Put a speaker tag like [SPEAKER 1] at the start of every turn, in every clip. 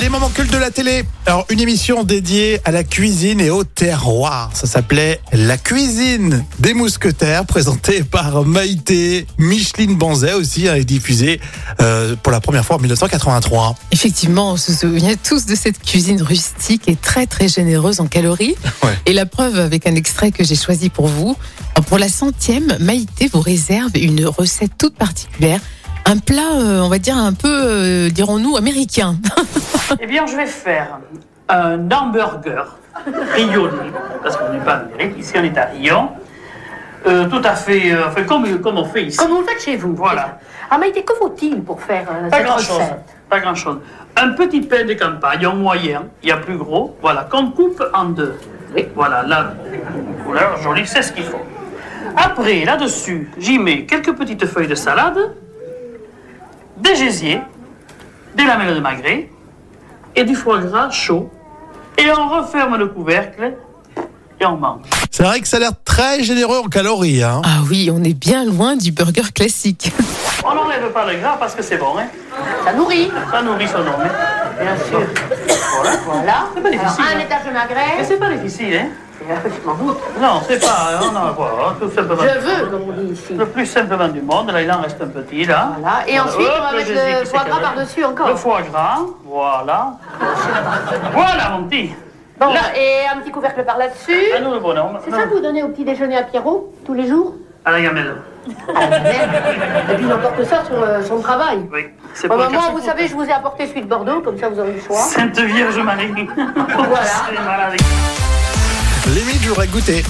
[SPEAKER 1] Les moments cultes de la télé. Alors, une émission dédiée à la cuisine et au terroir. Ça s'appelait La cuisine des mousquetaires, présentée par Maïté Micheline Banzet aussi, hein, et diffusée euh, pour la première fois en 1983.
[SPEAKER 2] Effectivement, on se souvient tous de cette cuisine rustique et très très généreuse en calories.
[SPEAKER 1] Ouais.
[SPEAKER 2] Et la preuve avec un extrait que j'ai choisi pour vous. Alors, Pour la centième, Maïté vous réserve une recette toute particulière. Un plat, euh, on va dire un peu, euh, dirons-nous, américain.
[SPEAKER 3] Eh bien, je vais faire un hamburger rayonné, parce qu'on n'est pas en Amérique, ici on est à Lyon. Euh, tout à fait, euh, enfin, comme, comme on fait ici.
[SPEAKER 4] Comme vous le faites chez vous.
[SPEAKER 3] Voilà.
[SPEAKER 4] Ah, Maïté, que vaut-il pour faire euh,
[SPEAKER 3] Pas
[SPEAKER 4] cette
[SPEAKER 3] grand chose.
[SPEAKER 4] recette
[SPEAKER 3] Pas grand chose. Un petit pain de campagne, en moyen, il y a plus gros, voilà, qu'on coupe en deux. Voilà, la couleur jolie, c'est ce qu'il faut. Après, là-dessus, j'y mets quelques petites feuilles de salade, des gésiers, des lamelles de magret et du foie gras chaud. Et on referme le couvercle et on mange.
[SPEAKER 1] C'est vrai que ça a l'air très généreux en calories. Hein.
[SPEAKER 2] Ah oui, on est bien loin du burger classique.
[SPEAKER 3] On n'enlève pas le gras parce que c'est bon, hein.
[SPEAKER 4] Ça nourrit.
[SPEAKER 3] Ça nourrit son homme, hein. Bien sûr. Voilà.
[SPEAKER 4] Voilà.
[SPEAKER 3] C'est pas
[SPEAKER 4] Alors,
[SPEAKER 3] difficile,
[SPEAKER 4] un
[SPEAKER 3] hein.
[SPEAKER 4] étage de
[SPEAKER 3] Mais
[SPEAKER 4] magret.
[SPEAKER 3] c'est pas difficile, hein.
[SPEAKER 4] Et après, tu m'en goûtes.
[SPEAKER 3] Non, c'est pas, on en voit, hein, tout simplement.
[SPEAKER 4] Je veux, comme on dit ici.
[SPEAKER 3] Le plus simplement du monde, là il en reste un petit, là.
[SPEAKER 4] Voilà. Et ensuite, on va
[SPEAKER 3] Hop,
[SPEAKER 4] mettre
[SPEAKER 3] je sais
[SPEAKER 4] le
[SPEAKER 3] qui
[SPEAKER 4] foie
[SPEAKER 3] c'est
[SPEAKER 4] gras
[SPEAKER 3] que-
[SPEAKER 4] par-dessus encore.
[SPEAKER 3] Le foie gras, voilà. voilà mon petit.
[SPEAKER 4] Bon,
[SPEAKER 3] là, Ah
[SPEAKER 4] et un petit couvercle par là-dessus.
[SPEAKER 3] à nous le bonhomme.
[SPEAKER 4] C'est ça que vous donnez au petit déjeuner à Pierrot, tous les jours
[SPEAKER 3] À la gamelle,
[SPEAKER 4] Ah, la merde. Et puis, il emporte ça sur euh, son travail.
[SPEAKER 3] oui. C'est
[SPEAKER 4] Bon,
[SPEAKER 3] pour
[SPEAKER 4] bah,
[SPEAKER 3] le
[SPEAKER 4] moi, vous
[SPEAKER 3] casse-cou.
[SPEAKER 4] savez, je vous ai apporté celui de Bordeaux, comme ça vous aurez le choix.
[SPEAKER 3] Sainte Vierge Marie.
[SPEAKER 4] Voilà.
[SPEAKER 3] C'est malade.
[SPEAKER 1] Limite, j'aurais goûté.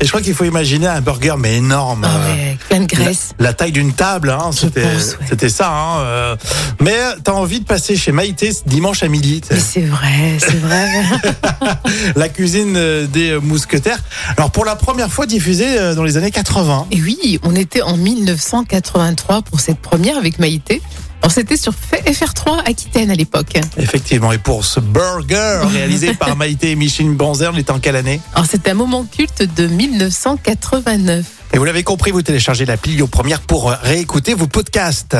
[SPEAKER 1] et je crois qu'il faut imaginer un burger, mais énorme.
[SPEAKER 2] Ah
[SPEAKER 1] euh,
[SPEAKER 2] ouais, plein de graisse.
[SPEAKER 1] La, la taille d'une table, hein, c'était
[SPEAKER 2] pense, ouais.
[SPEAKER 1] c'était ça. Hein, euh. Mais t'as envie de passer chez Maïté ce dimanche à midi. t'sais.
[SPEAKER 2] Mais c'est vrai, c'est vrai.
[SPEAKER 1] la cuisine euh, des euh, mousquetaires. Alors pour la première fois diffusée euh, dans les années 80.
[SPEAKER 2] Et oui, on était en 1983 pour cette première avec Maïté. On s'était sur FR3 Aquitaine à l'époque.
[SPEAKER 1] Effectivement, et pour ce burger réalisé par Maïté et Micheline Banzer, on était en quelle année
[SPEAKER 2] Alors c'est un moment culte de 1989.
[SPEAKER 1] Et vous l'avez compris, vous téléchargez l'appli Lyon Première pour euh, réécouter vos podcasts.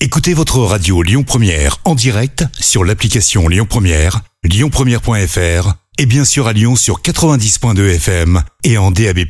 [SPEAKER 5] Écoutez votre radio Lyon Première en direct sur l'application Lyon Première, lyonpremière.fr et bien sûr à Lyon sur 90.2 FM et en DAB+.